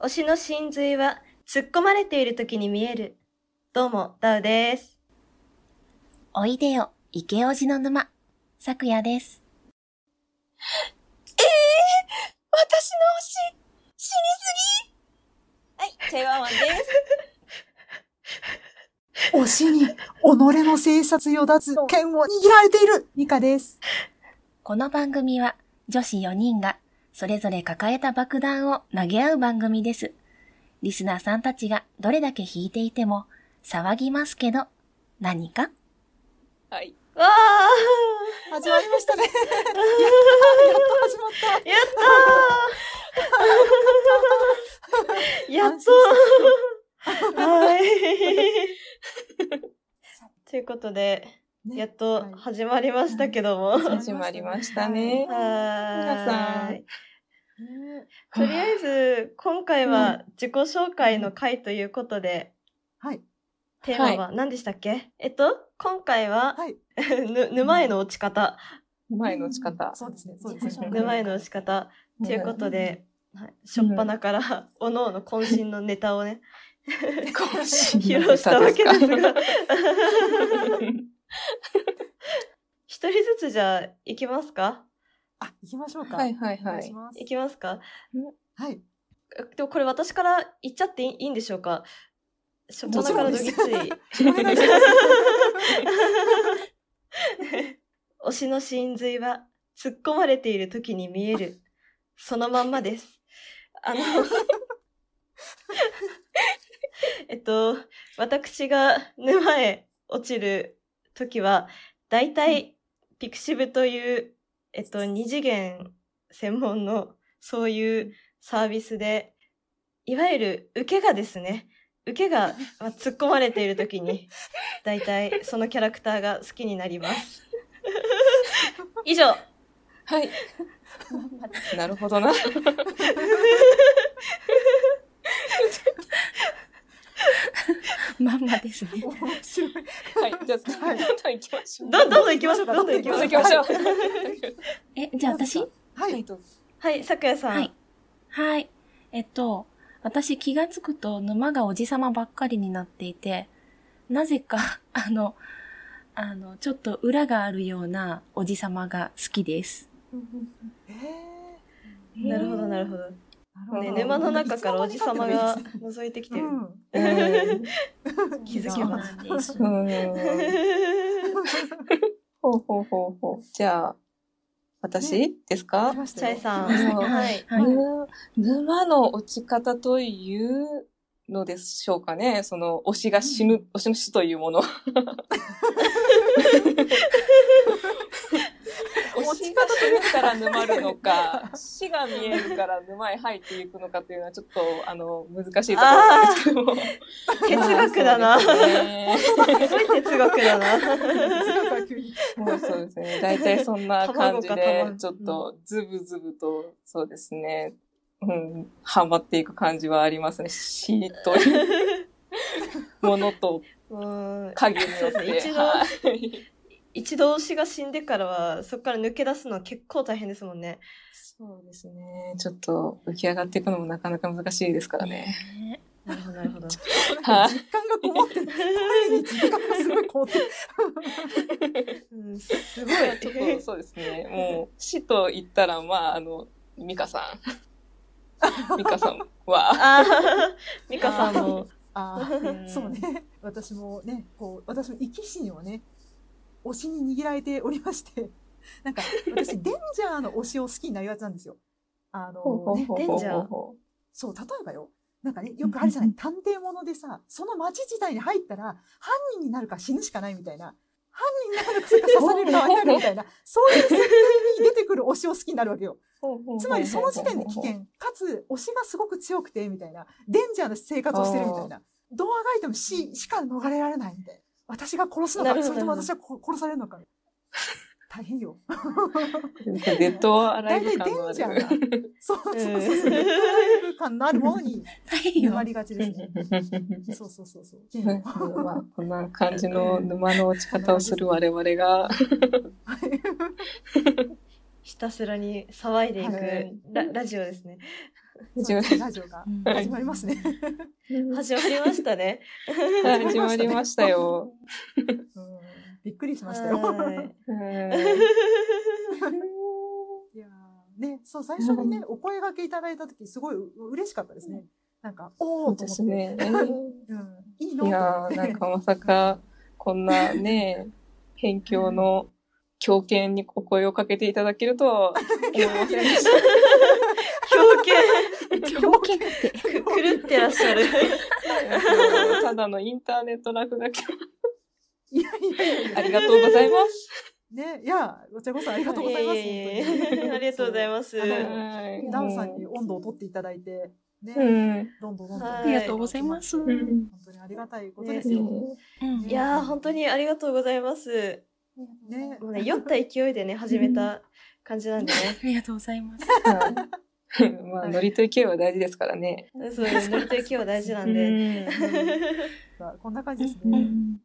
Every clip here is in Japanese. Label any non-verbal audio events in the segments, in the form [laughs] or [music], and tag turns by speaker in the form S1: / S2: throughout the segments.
S1: 推しの真髄は突っ込まれている時に見える。どうも、ダウです。
S2: おいでよ、池おじの沼、昨夜です。
S3: 私の推し、死にすぎはい、台湾ワンです。
S4: 推しに、己の生殺与奪、剣を握られているミカです。
S2: この番組は女子4人がそれぞれ抱えた爆弾を投げ合う番組です。リスナーさんたちがどれだけ引いていても騒ぎますけど、何か
S3: はい。
S1: わー
S4: 始まりました
S3: [laughs]
S4: ね。やっと始まっ
S1: や [laughs] ったーやっとーはい。 [laughs] ということで、
S4: た。
S1: やっと始まりましたけども。
S4: い
S3: 始まりましたね。皆
S1: は
S3: さ
S1: ー
S3: ん
S1: い。とりあえず、今回は自己紹介の回ということで、
S4: はい。
S1: テーマは何でしたっけ、えっと、今回は、
S4: はい。
S1: ぬ沼への落ち方、
S3: 前の打ち方。
S4: そうですね。そうですね。
S1: 沼への落ち方ということで、はい、しょっぱなから、 [laughs] おのおの渾身のネタを [laughs] ね、
S3: 披
S1: 披露したわけですが。 [laughs] 一人ずつじゃあ、行きますか
S4: あ、行きましょうか。
S3: はいはいは
S4: お願し
S3: い。
S4: ます
S1: 行きますか
S4: はい。
S1: でもこれ私から言っちゃっていいいいんでしょうかしょっぱなからどぎつ
S4: もちろん
S1: い。
S4: お願いします。
S1: 推しの真髄は突っ込まれている時に見える。そのまんまです。あの、えっと、私が沼へ落ちる時は、だいたいピクシブという、えっと、二次元専門のそういうサービスで、いわゆる受けがですね、受けが、まあ、突っ込まれている時に、大体そのキャラクターが好きになります。以上。
S3: はい。なるほどな。
S2: まんまですね。
S4: 面白い。
S3: はい。じゃあ、
S4: はい
S3: どんどん行きましょ
S1: [laughs]
S3: う。
S1: どんどんどん行きましょう。どんどん行き
S3: ど
S1: まし
S3: んど
S1: ょう。
S3: ん行きましょう。
S2: [laughs] え、じゃあ私
S4: は。
S3: はいい、どうぞ。
S1: はい、さくやさん。
S2: はいはい。えっと、私気がつくと沼がおじさまばっかりになっていて、なぜか、 [laughs] あの、あの、ちょっと裏があるようなおじさまが好きです。
S4: え
S1: なるほど、なるほど。
S4: ー
S1: ね、沼の中からおじさまが覗いてきてる。
S3: う
S1: 気づ
S2: そ
S1: け
S2: う
S1: ば
S2: なんです。
S3: ん。ほうほうほうほう。じゃあ、私ですか
S1: チャイさん。
S2: はい
S1: はい。
S2: はい。
S3: ぬ沼の落ち方というのでしょうかね。その、推しが死ぬ、推しの死という [laughs] もの。推しが死ぬから沼るのか、死が見えるから沼へ入っていくのかというのはちょっと、あの、難しいところなんですけども。 [laughs]
S1: 哲学だな。
S3: まあ
S1: す
S3: そうですね
S1: ごい哲学だな。
S3: もうそうですね。大体そんな感
S1: 卵
S3: じ
S1: か
S3: で
S1: 卵、
S3: ちょっとズブズブと、そうですね。うん、ハマっていく感じはありますね。死というものと
S1: うん。
S3: 影によっ
S1: そうで
S3: て。
S1: すね一度
S3: はい
S1: 一度推しが死んでからは、そこから抜け出すのは結構大変ですもんね。
S3: そうですね。ちょっと浮き上がっていくのもなかなか難しいですからね。
S2: ね
S1: なるほど、なるほど。
S4: 実感がこもってる。声に実感がすごいこもってる。
S1: うん、すごい。
S3: ちょっとそうですね。もう死と言ったら、まあ、あの、ミカさん。ミカさんは、
S1: ああ、ミカさんも。
S4: ああ、そうね。 [laughs] 私もね、こう、私も生き死にをね、推しに握られておりまして、 [laughs] なんか、私、デンジャーの推しを好きになりがちなんですよ。あの、ね、
S1: うデンジャー
S3: ほ
S4: そう、例えばよ、なんかね、よくあるじゃない、探偵ものでさ、その街自体に入ったら、犯人になるか死ぬしかないみたいな、犯人になるか刺されるか分かるみたいな、そういう設定に出てくる推しを好きになるわけよ。
S3: うほう
S4: つまりその時点で危険、かつ推しがすごく強くて、みたいな、デンジャーな生活をしてるみたいな、どうあがいても死しか逃れられないみたいな。私が殺すの
S1: なる
S4: か、
S1: ほど
S4: それとも私はこ殺されるのか。大変よ。
S3: なんかデッドアラ
S4: 大
S3: イ
S4: 体デ
S3: ブ感のあ
S4: ンジャ
S3: る
S4: ー。
S3: [laughs]
S4: が、そうそうそうそ
S1: う
S4: う、
S1: ん
S4: デッドアライブ感のあるものに
S2: はいよ
S4: 沼。りがちですね。そうそうそうそう。
S3: うんまあ、こんな感じの沼の落ち方をする我々が、
S1: ひたすらに騒いでいく
S3: はい
S1: ララジオですね。
S4: そうですねラジオが
S2: うん
S4: 始まりますね。
S1: 始まりましたね。
S4: はい
S3: 始まりましたよ。
S4: うんびっくりしましたよ。
S1: はい
S3: うん
S4: [laughs] いやーね、そう、最初にね、お声掛けいただいたとき、すごいう嬉しかったですね。なんか、お
S3: そ
S4: お
S3: う
S4: と思
S3: で
S4: っ
S3: す
S4: て、
S3: [laughs] ね。
S4: うん、いい
S3: い
S4: の
S3: やー、なんかまさか、こんなね、辺境の狂犬にお声をかけていただけるとは思いませんでした。 [laughs]
S1: 狂
S2: 狂犬って。
S1: 犬く狂ってらっしゃる。
S3: ただのインターネット落書き。
S4: [laughs] いやいやいやいや
S3: ありがとうございます。
S4: ね、いや、こちらこそありがとうございます。
S1: いえいえいえありがとうございます。
S4: そうあの
S3: はい
S4: ダウさんに温度を取っていただいて、ね、
S3: うん。
S4: どんどんどんどん。
S1: はい
S2: ありがとうございます。
S4: 本
S3: うん
S4: 当にありがたいことで
S3: う
S4: すよ。
S3: ん
S2: うん
S1: いやー、本当にありがとうございます。
S4: ね
S1: [laughs] もうね、酔った勢いでね、始めた感じなんでね。
S2: ありがとうございます。 [laughs]
S3: はいまあ、ノリと勢いは大事ですからね。
S1: そういうノリと勢いは大事なん
S3: う
S1: で。
S3: ん
S4: こんな感じです
S2: う
S4: ね。
S2: ん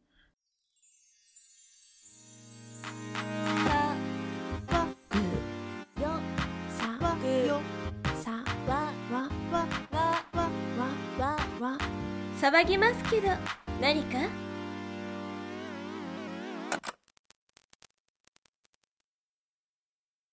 S2: さわさわわわわわわわ
S5: 騒ぎますけど何か